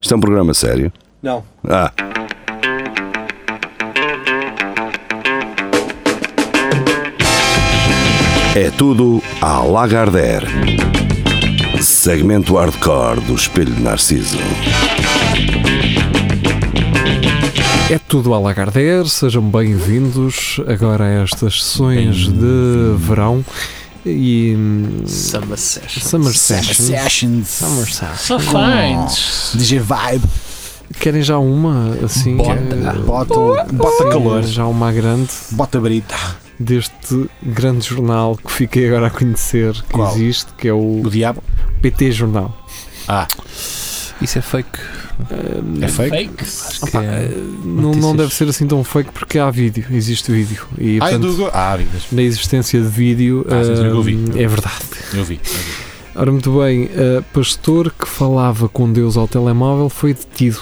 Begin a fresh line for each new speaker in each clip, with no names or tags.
Isto é um programa sério.
Não.
Ah, é tudo à Lagardère. Segmento hardcore do Espelho de Narciso.
É tudo a Lagardère, sejam bem-vindos agora a estas sessões de verão e hum,
Summer Session.
Summer
Summer
Sessions.
Sessions.
Summer Sessions.
So fines.
DJ Vibe.
Querem já uma assim? eh,
Bota, bota
sim,
calor.
Já uma grande
Bota brita.
deste grande jornal que fiquei agora a conhecer que
Qual?
existe, que é o
O diabo.
PT Jornal.
Ah,
Isso é fake.
é fake?
Fakes.
Opa, eh, não, não
notícias.
deve ser assim tão fake porque há vídeo, existe vídeo. E,
Ah, é
portanto,
do... Ah, vidas.
na existência de vídeo
Ah, sim, sim, eu vi.
eh, é verdade.
Eu vi. É
Ora, muito bem, eh, pastor que falava com Deus ao telemóvel foi detido.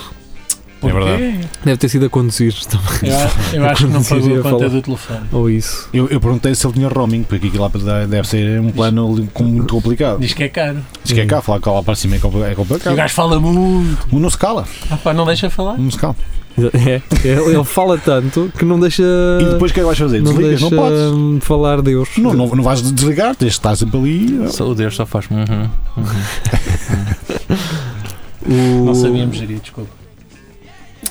É verdade.
Deve ter sido a conduzir também,
Eu, a- eu acho que não pagou
Conduzir
a
a
conta
falar.
do telefone.
ou isso.
Eu, eu perguntei se ele tinha roaming, porque aquilo lá deve ser um plano ali com- muito complicado.
Diz que é caro.
Diz que é cá, falar cá lá para cima é compli- é
E o
complicado.
gajo fala muito.
Um não se cala.
Ah, pá, não deixa falar.
Um não se cala.
É, ele, ele fala tanto que não deixa.
E depois o que é que vais fazer?
não
Desligas,
deixa
não podes.
hum, falar Deus.
Não, não, não vais desligar, tens de estar sempre ali.
Só o Deus só faz. Uhum, uhum.
O-
Não sabíamos gerir, desculpa.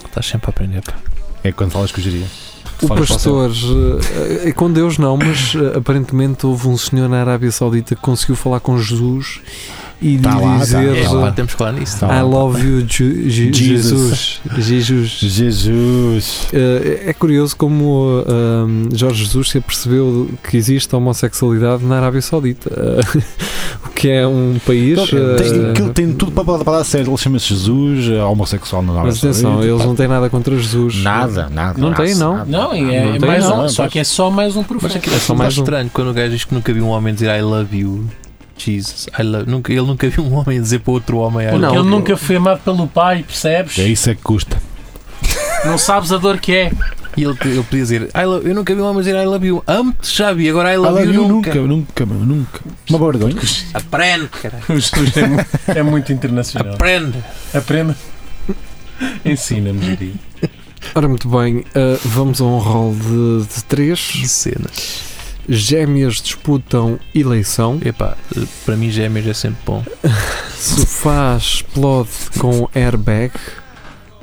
Estás sempre a aprender. pá.
É quando falas com o geria.
O
Fala,
pastor, eh, eh, com Deus não, mas eh, aparentemente houve um senhor na Arábia Saudita que conseguiu falar com Jesus e
Tá
lhe
lá, tá,
dizer
É,
Eles,
pá,
eh,
temos que falar nisso.
Tá lá,
I
tá.
love you, Ju- Je-
Jesus.
Jesus. Jesus.
Jesus.
Eh, é curioso como eh, Jorge Jesus se apercebeu que existe homossexualidade na Arábia Saudita, eh, o que é um país. eh,
Tem, Então, aquilo tem tudo para, para dar certo. Ele chama-se Jesus, é homossexual na
mas atenção, eles não têm nada contra Jesus.
Nada, nada.
Não tem,
nada,
não.
nada.
Não, e
Não
é,
tem
é mais
não,
um.
é,
só
pois.
que é só mais um
Mas
profeta.
aquilo é só
mais
mais
um.
estranho quando o gajo diz que nunca viu um homem dizer I love you. Jesus, I love nunca, Ele nunca viu um homem dizer para outro homem I
Porque
love
Não.
ele nunca foi amado pelo pai, percebes?
É isso é que custa.
Não sabes a dor que é.
you. E ele, ele podia dizer I love, Eu nunca vi um homem dizer I love you. Amo-te, Xavi. Agora I
I
love,
love you
nunca.
nunca, nunca, meu, nunca. Uma vergonha.
Aprende, cara.
Jesus é muito, é muito internacional.
Aprende.
Aprenda. Ensina-me, gerir.
Ora, muito bem, eh, vamos a um rol de, de
Que
três.
cena.
Gêmeas disputam eleição.
Epá, para mim gêmeos é sempre bom.
Sofá explode com airbag.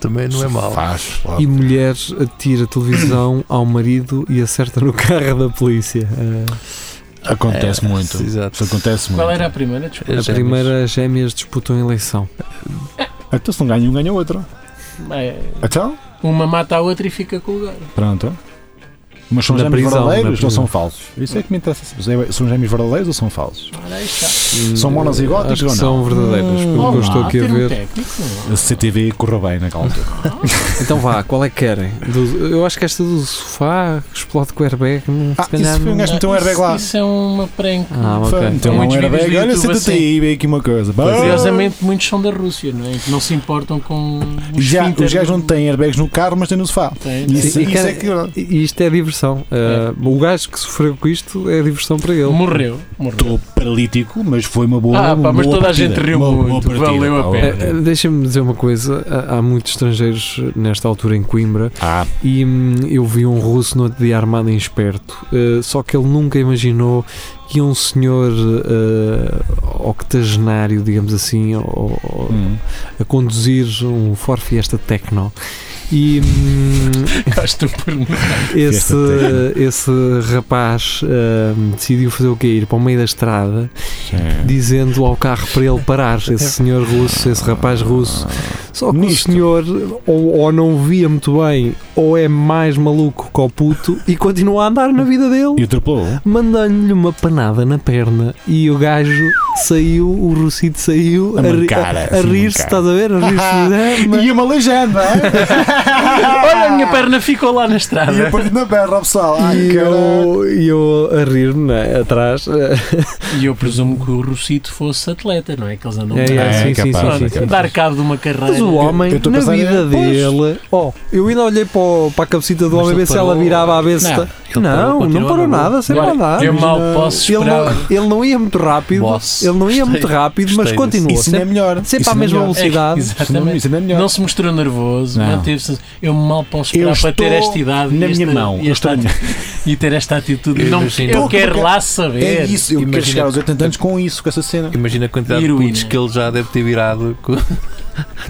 Também não é mau.
Faz. lá.
E mulher atira televisão ao marido e acerta no carro da polícia. Eh,
Acontece
É,
muito.
Exato.
Isso
É
acontece muito.
Qual era a primeira? Desculpa.
a
Gêmeos.
primeira, gêmeas disputam eleição.
Então se não ganha um, ganha outro.
É,
Então,
Uma mata a outra e fica com o lugar.
pronto. Mas são
Na
gêmeos
prisão, na
verdadeiros
prisão.
ou são falsos? Isso é que me interessa. saber. São gêmeos verdadeiros ou são falsos?
Ora, aí está.
São
Hum,
monozigóticos
acho que
ou não?
São verdadeiras, pelo que eu
Olá,
estou aqui a
ter um
ver.
técnico.
A CTV correu bem naquela altura.
Então vá, qual é que querem? Do- eu acho que esta do sofá que explode com o airbag. hum,
Ah,
se calhar
isso foi um
não-
gajo que meteu um
Isso-
airbag lá.
Isso é uma prank.
Ah, ok.
Foi, Meteu
Há
um
muitos vídeos
airbag.
do
Olha,
YouTube
senta-te
assim.
aí, vê aqui uma coisa. Bah!
Curiosamente, muitos são da Rússia, não é? Que não se importam com
E
os
Já,
finter-
os gajos não têm airbags no carro, mas têm no sofá.
Tem, tem.
Isso,
E- e
isso
cara-
é que. Estou
E isto é diversão. Eh, O gajo que sofreu com isto é diversão para ele.
Morreu, morreu.
paralítico, mas foi uma boa.
Ah, pá,
uma
mas
boa
toda a
partida.
gente riu
Uma boa
muito,
partida,
valeu a
pá,
pena.
Eh, eh, Deixa-me dizer uma coisa: Ah, há, há muitos estrangeiros nesta altura em Coimbra
Ah,
e hum, eu vi um russo no outro dia armado em esperto, eh, só que ele nunca imaginou que um senhor eh, octogenário, digamos assim, ou- ou-
hum.
a conduzir um Ford Fiesta Tecno e hum,
Gasto por mim.
esse,
Fiesta
esse rapaz hum, decidiu fazer o quê? Ir para o meio da estrada
Hum.
dizendo ao carro para ele parar. Esse senhor russo, esse rapaz russo. Só que
Nisto.
o senhor ou, ou não via muito bem ou é mais maluco que o puto e continua a andar na vida
E
dele.
atropelou.
Mandando-lhe uma panada na perna e o gajo saiu, o Russito saiu
A
a, ri-
mancar,
a- a
assim,
rir-se,
mancar.
estás a ver? A rir-se. Ah, mas-
E uma leijada, não é?
Olha, a minha perna ficou lá na estrada.
E eu perdi na perna, pessoal. Ai,
E
caralho.
eu, e eu a rir-me né, atrás.
E eu presumo que o Russito fosse atleta, não é? Que eles andam
É,
é,
sim, sim,
capaz,
sim,
é
sim, sim.
capaz.
dar cabo de uma
Mas
carreira.
o homem,
eu tô a
na
pensar,
vida
é, pois.
dele. Oh, eu ainda olhei para, o- para a cabecita do
Mas
homem
ele
ver se ela
parou.
virava a besta.
Ele parou,
Não, não
continuou,
parou
não.
nada, sempre a
Olha,
andar.
eu mal
Imagina-
posso
Ele não,
esperar.
ele não ia muito rápido,
Boss.
ele não ia muito
Gostei.
rápido, mas
Gostei
continuou.
Isso ainda é
Sempre,
melhor.
sempre
Isso ainda
à
é
mesma
melhor.
velocidade.
Isso ainda-
Exatamente.
Isso ainda é melhor.
Não se mostrou nervoso,
Não.
manteve-se. Eu mal posso
Eu
esperar para ter
estou
esta idade
na
e
minha
esta-
mão.
E,
Eu estou-
esta, ati- e ter esta atitude.
Eu
Não,
imagino.
eu
Pouco,
quero
porque-
lá saber.
É isso, eu quero
Imagina-
chegar aos 80 anos com isso, com essa cena.
Imagina a quantidade
Heroína.
de putos que ele já deve ter virado. com-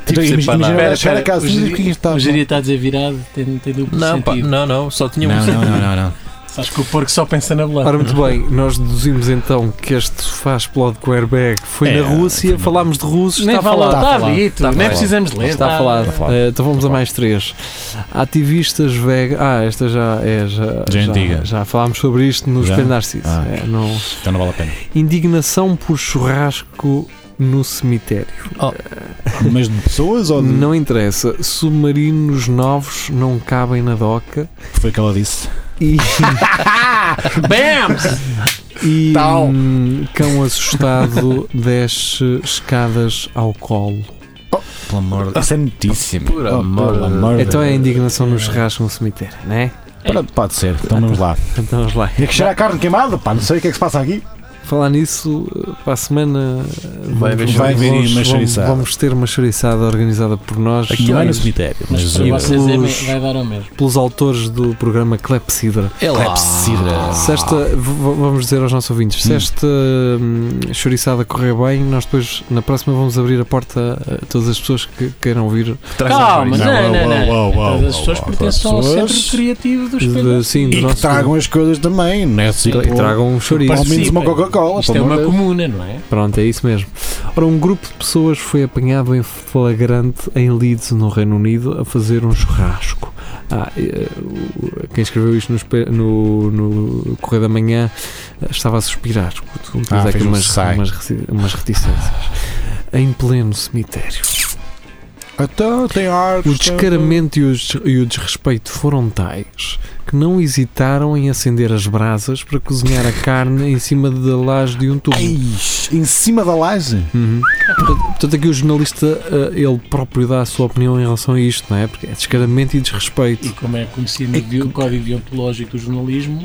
tipo,
Imagina-
sempre a andar.
imagina-
Espera,
chegar a
espera,
casa,
o
diz-me
geri-
o que é que está,
O geria está a dizer virado, tem, tem duplo
Não, pá,
sentido.
não, não, só tinha um
Não, não,
sentido.
não, não, não.
Sabes que o porco só pensa na
Ora,
bolada.
muito bem, nós deduzimos então que este sofá explode com airbag foi
É,
na Rússia,
foi na-
falámos de russos,
Nem
está
fala,
falado.
está
falado,
dito,
está
nem
falado.
é precisamos ler.
Está
está-
a falar.
Está Ah, tá falado.
Eh, então vamos a
Está
mais três. Ativistas vegan. Ah, esta já é. Já,
Já é antiga.
já falámos sobre isto no
Já?
Espelho Narciso.
Ah.
É, não...
Então não vale a pena.
Indignação por churrasco no cemitério.
Mas de pessoas ou de...
Não interessa. Submarinos novos não cabem na doca.
Foi o que ela disse.
E,
Bam!
e
Tal.
hum, cão assustado desce escadas ao colo.
Pelo amor de Isso é notícia. meu.
Por amor de-
de
Então é a indignação no churrasco no cemitério, não é?
Pronto, Pode ser, então vamos lá.
Então vamos lá.
É que cheira a carne queimada? Pá, não sei o que é que se passa aqui.
Falar nisso, eh, para a semana eh,
Vai haver
vamos,
vai haver
vamos-
uma chouriçada.
vamos ter uma choriçada organizada por nós
Não é no
pelos,
cemitério,
Mas
mas...
para
e
uh,
vocês é
pelos-
bem- vai dar ao mesmo.
pelos autores do programa Clepsidra.
É lá.
Ah, Clepsidra.
Se esta, v- v- vamos dizer aos nossos ouvintes, se esta hum, chouriçada correr bem, nós depois na próxima vamos abrir a porta a todas as pessoas que queiram vir
Traz
Calma,
um
Não,
não,
uau,
não,
uau,
não.
uau,
Todas as
uau,
pessoas
uau,
pertencem ao
pessoas.
centro recreativo dos
de, sim, do
E que
nosso
tragam as coisas também, não é assim?
e
pô.
tragam um chouriço.
Ao menos uma
Participem.
Coca-Cola.
Isto é
pelo amor
uma
de Deus.
comuna, não é?
Pronto, é isso mesmo. Ora, um grupo de pessoas foi apanhado em flagrante em Leeds, no Reino Unido, a fazer um churrasco. Ah, eh, o- quem escreveu isto no, espe- no, no Correio da Manhã eh, estava a suspirar. Tu- tu- tu-
Ah,
aqui
fez um
umas,
sigh.
umas resi- umas reticências. Em pleno cemitério.
Então tem
O
árvores. tem-
descaramento e o, des- e o desrespeito foram tais que não hesitaram em acender as brasas para cozinhar a carne em cima da laje de um tubo.
Ai, em cima da laje.
Uhum. Portanto, portanto, aqui o jornalista, eh, ele próprio dá a sua opinião em relação a isto, não é? Porque é descaramento e
E
desrespeito.
como é conhecido no vi- Código Deontológico do Jornalismo,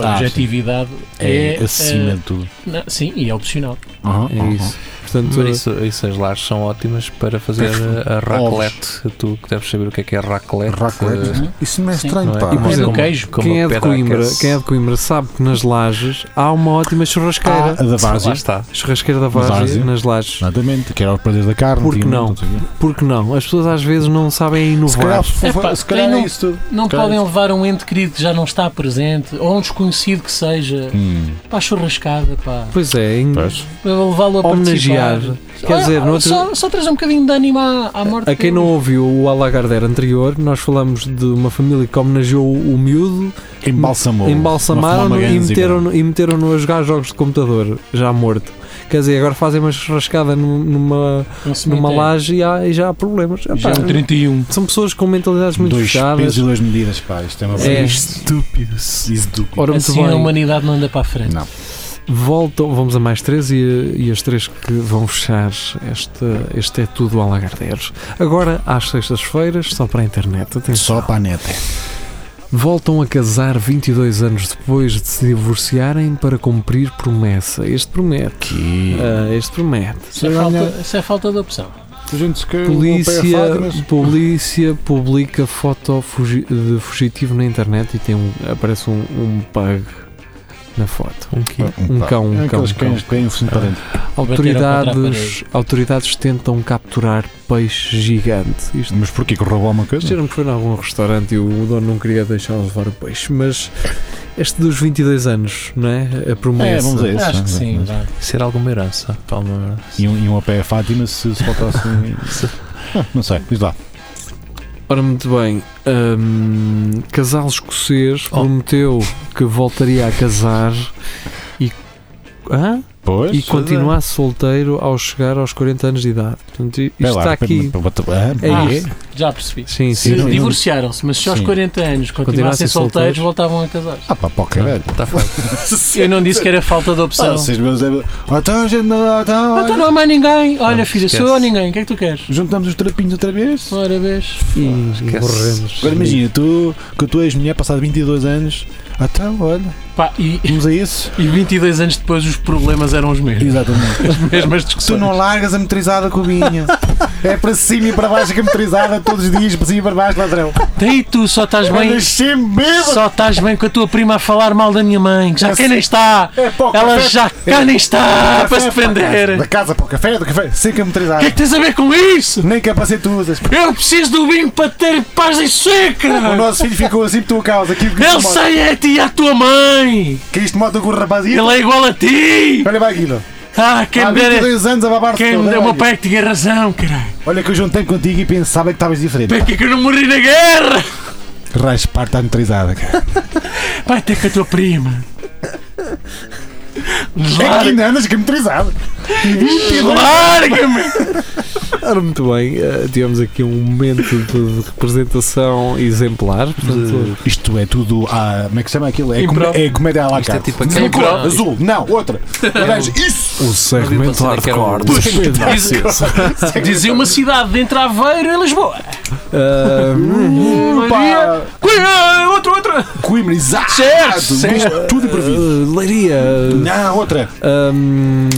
a
Ah,
objetividade é,
É acima de tudo.
eh, não, sim, e é opcional.
Aham,
É
aham.
isso. Portanto,
Mas isso, isso as lajes são ótimas para fazer a, a raclette. Tu que deves saber o que é que é raclette.
Raclette.
eh,
Isso não é
Sim.
estranho,
não é?
pá.
E, por
Mas
exemplo,
como-
queijo,
como
quem,
a
é de
pedra
Coimbra,
aquece-
quem é de Coimbra sabe que nas lajes há uma
Ah,
ótima
a
churrasqueira.
da
Lá
várzea.
está.
Churrasqueira da
Várzea. Ah.
Várzea, nas lajes.
Exatamente, que era os prazeres da carne.
Por que
tinha,
não?
sei o quê.
Porque não? As pessoas às vezes não sabem
Se calhar,
inovar.
se
Epá,
for- se calhar
quem
é
não-
isso tudo.
Não
Claro.
podem levar um ente querido que já não está presente, ou um desconhecido que seja,
Hum,
para a churrascada, pá.
Pois é, em-
pois.
Para levá-lo a
homenagear.
participar.
Quer
Ah,
dizer, no outro-
só, só traz um bocadinho de ânimo à, à morte.
A quem não ouviu o Alagarder anterior, nós falamos de uma família que homenageou o miúdo,
Embalsamou.
embalsamaram-no
Uma
e
fumagazine.
meteram-no e meteram-no a jogar jogos de computador, já morto. Quer dizer, agora fazem uma churrascada num- numa,
Não se
numa
mantém.
laje e, há, e já há problemas. Epá,
Já é um 31.
são pessoas com mentalidades muito
Dois
fechadas.
pesos e duas medidas, pá. Isto é uma
É.
estúpido. Estúpido.
Ora, muito
Assim a
bem,
humanidade não anda para a frente.
Não.
voltam, vamos a mais três e, e as três que vão fechar este, este é tudo Alagarder. Agora, às sextas-feiras, só para a internet, atenção.
Só para a neta.
Voltam a casar 22 anos depois de se divorciarem para cumprir promessa. Este promete.
Que...
Ah, este promete.
Isso é, falta, isso é falta de opção.
gente que
Polícia, polícia publica foto fugi- de fugitivo na internet e tem um, aparece um, um pug na foto.
Um quê?
Um cão, um cão.
Aqueles
Um cão.
cães que têm o focinho para dentro.
Bateram contra a
Autoridades,
parede.
autoridades tentam capturar peixe gigante. Isto
Ah. Mas porquê que roubou alguma coisa?
Disseram que foi em algum restaurante e o dono não queria deixar levar o peixe, mas este dos 22 anos, não é? A promessa.
É, vamos a esse.
Acho que sim.
Vamos a
vá.
Ser alguma herança. Palma.
esse. E um, e um a pé a Fátima se, se faltasse. Ah, não sei, diz lá.
Ora, muito bem. hum, casal escocês
Oh.
prometeu que voltaria a casar e, hã?
Pois. é.
e continuasse solteiro ao chegar aos 40 anos de idade. Portanto, isto
Espera
está
lá,
aqui.
espera- espera- espera-
É
Ah,
isto.
Já percebi.
Sim,
Se
sim. sim.
Divorciaram-se, mas se aos
Sim.
40 anos
Continuassem
continuassem solteiros,
solteiros.
voltavam a casar.
Ah, pá, pá, caralho.
Tá feito.
Eu não disse que era falta de opção.
Ah, seis meses é. Ah, então, gente, não, então,
tá."
Ah, então não há mais ninguém. Olha, filha, sou
esquece.
eu ou ninguém. O que é que tu queres?
Juntamos os trapinhos outra vez.
Ora, vês?
E, e
Esquece.
morremos.
Agora imagina, tu, que a tua ex-mulher, passado 22 anos, ah, então, olha,
Pá, e,
vamos a isso?
e 22 anos depois os problemas eram os mesmos.
Exatamente.
As mesmas
Tu
discussões.
não largas a metrizada com a vinha. É para cima e para baixo que a metrizada todos os dias, para cima e para baixo, ladrão.
Então, E tu só estás bem.
Andas sempre bêbado.
Só estás bem com a tua prima a falar mal da minha mãe, que já cá nem está.
É para o
Ela
café.
já cá nem está para
é
se prender.
Da
O
casa para o café, do café, sempre a metrizada.
que é que tens a ver com isso?
Nem é capacete tu usas.
Eu preciso do vinho para ter paz e
O
seca.
nosso filho ficou assim por tua causa. Aqui porque
Ele
isto moto-
sei é a ti e a tua mãe.
Que isto moto com o rapaz e
Ele é igual a ti.
Olha para aquilo.
Tá
Ah, quem
Há
me dera.
22 anos a babar
Quem
todo,
me dera. O
olha.
meu pai é que tinha razão, caralho.
Olha que eu juntei contigo e pensava que estavas diferente.
Para que é que eu não morri na guerra?
Raspar-te à metrizada, cara.
Vai ter com a tua prima.
É que
Larga-
ainda andas com a metrizada. 22
Larga-me!
Ora, muito bem, eh, tivemos aqui um momento de, de representação exemplar. Portanto,
Isto é tudo. Ah, como é que se chama aquilo? É, com,
Improv.
é comédia à la
Isto é
carte.
tipo
Não,
aquele-
cor- Azul, não, outra. Laranja, isso!
O segmento
Não vi
um
passar,
hardcore
quero-
dos Pilnarcisos.
É
Dizia uma cidade de entre Aveiro e Lisboa.
ah,
Opa!
Coimbra, Ah, Outra, outra.
Coimbra, exato!
Certo,
Isto
certo.
Tudo improviso.
eh, Leiria.
Não, outra.
ahm,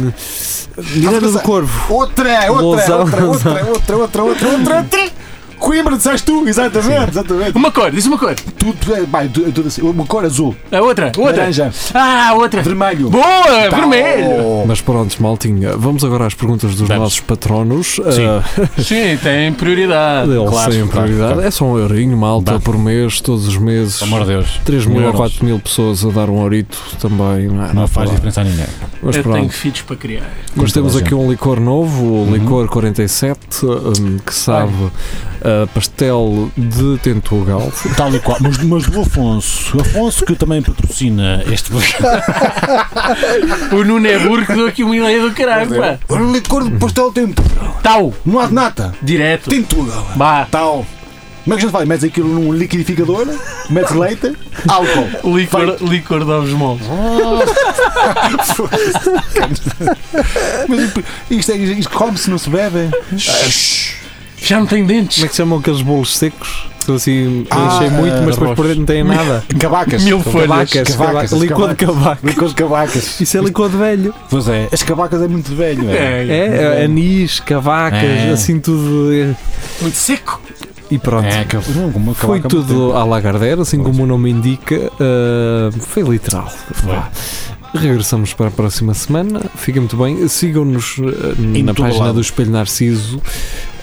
Miranda do
pensar.
Corvo.
Outra, outra,
Lousão.
outra, outra, outra, outra, outra, outra, outra. Coimbra, disseste tu, exatamente, exatamente.
Uma cor, diz uma cor.
Tudo, é, vai, tu- tudo assim. Uma cor azul,
A outra, outra.
laranja,
Ah, outra.
vermelho.
Boa,
Tá
Tal.
vermelho.
Mas pronto, maltinha, vamos agora às perguntas dos
Vamos.
nossos patronos.
Sim. Ah,
Ah,
Sim, tem prioridade.
eles
Claro,
têm
claro,
prioridade.
claro.
É só um eurinho, malta,
Dá.
por mês, todos os meses.
Pelo amor de Deus.
3 mil ou
Euros.
4 mil pessoas a dar um orito também. Não, é?
Não faz
Pronto.
diferença a ninguém.
Mas
Eu tenho
pronto,
filhos para criar.
mas temos
Toda a
aqui um licor novo, o
Uhum.
licor 47, hum, que sabe a pastel de Tentugal.
Tal e qual. Mas, mas o Afonso, o Afonso que também patrocina este
O Nuno é burro que deu aqui uma ideia do caralho,
é.
pá.
O licor de pastel tem.
Tal,
Não há de nata.
direto.
Tem tudo. ó.
Bah,
Tal. Como é que a gente faz? Metes aquilo num liquidificador, metes leite, álcool.
licor, licor de ovos moles.
Mas isto- isto, é- isto come-se, não se bebe.
Já não tem
Como
dentes.
é que se chamam aqueles bolos secos? São assim,
Ah,
enchem muito, mas depois
arroz.
por dentro não têm nada.
Cabacas.
Mil folhas.
Cavacas,
cavacas,
cavacas, licor de cavaco.
Licor de cabacas.
Isso é licor de velho.
Pois é, as cabacas é muito velho. É.
É, anis, cavacas,
É.
assim tudo. é.
Muito seco.
E pronto.
É, que- não, uma é
Foi
cavaca
tudo à Lagardère, assim como o nome indica, ah, foi literal.
Foi.
Regressamos para a próxima semana, fica muito bem. Sigam-nos ah,
Em
na
todo
página
lado.
do Espelho Narciso.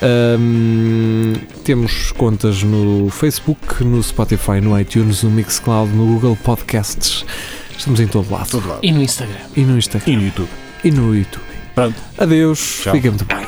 Ahm, temos contas no Facebook, no Spotify, no iTunes, no Mixcloud, no Google Podcasts. Estamos em todo lado.
Tudo lá.
E no Instagram.
E no Instagram.
E no YouTube.
E no YouTube.
Pronto.
Adeus.
Tchau.
Fica muito bem.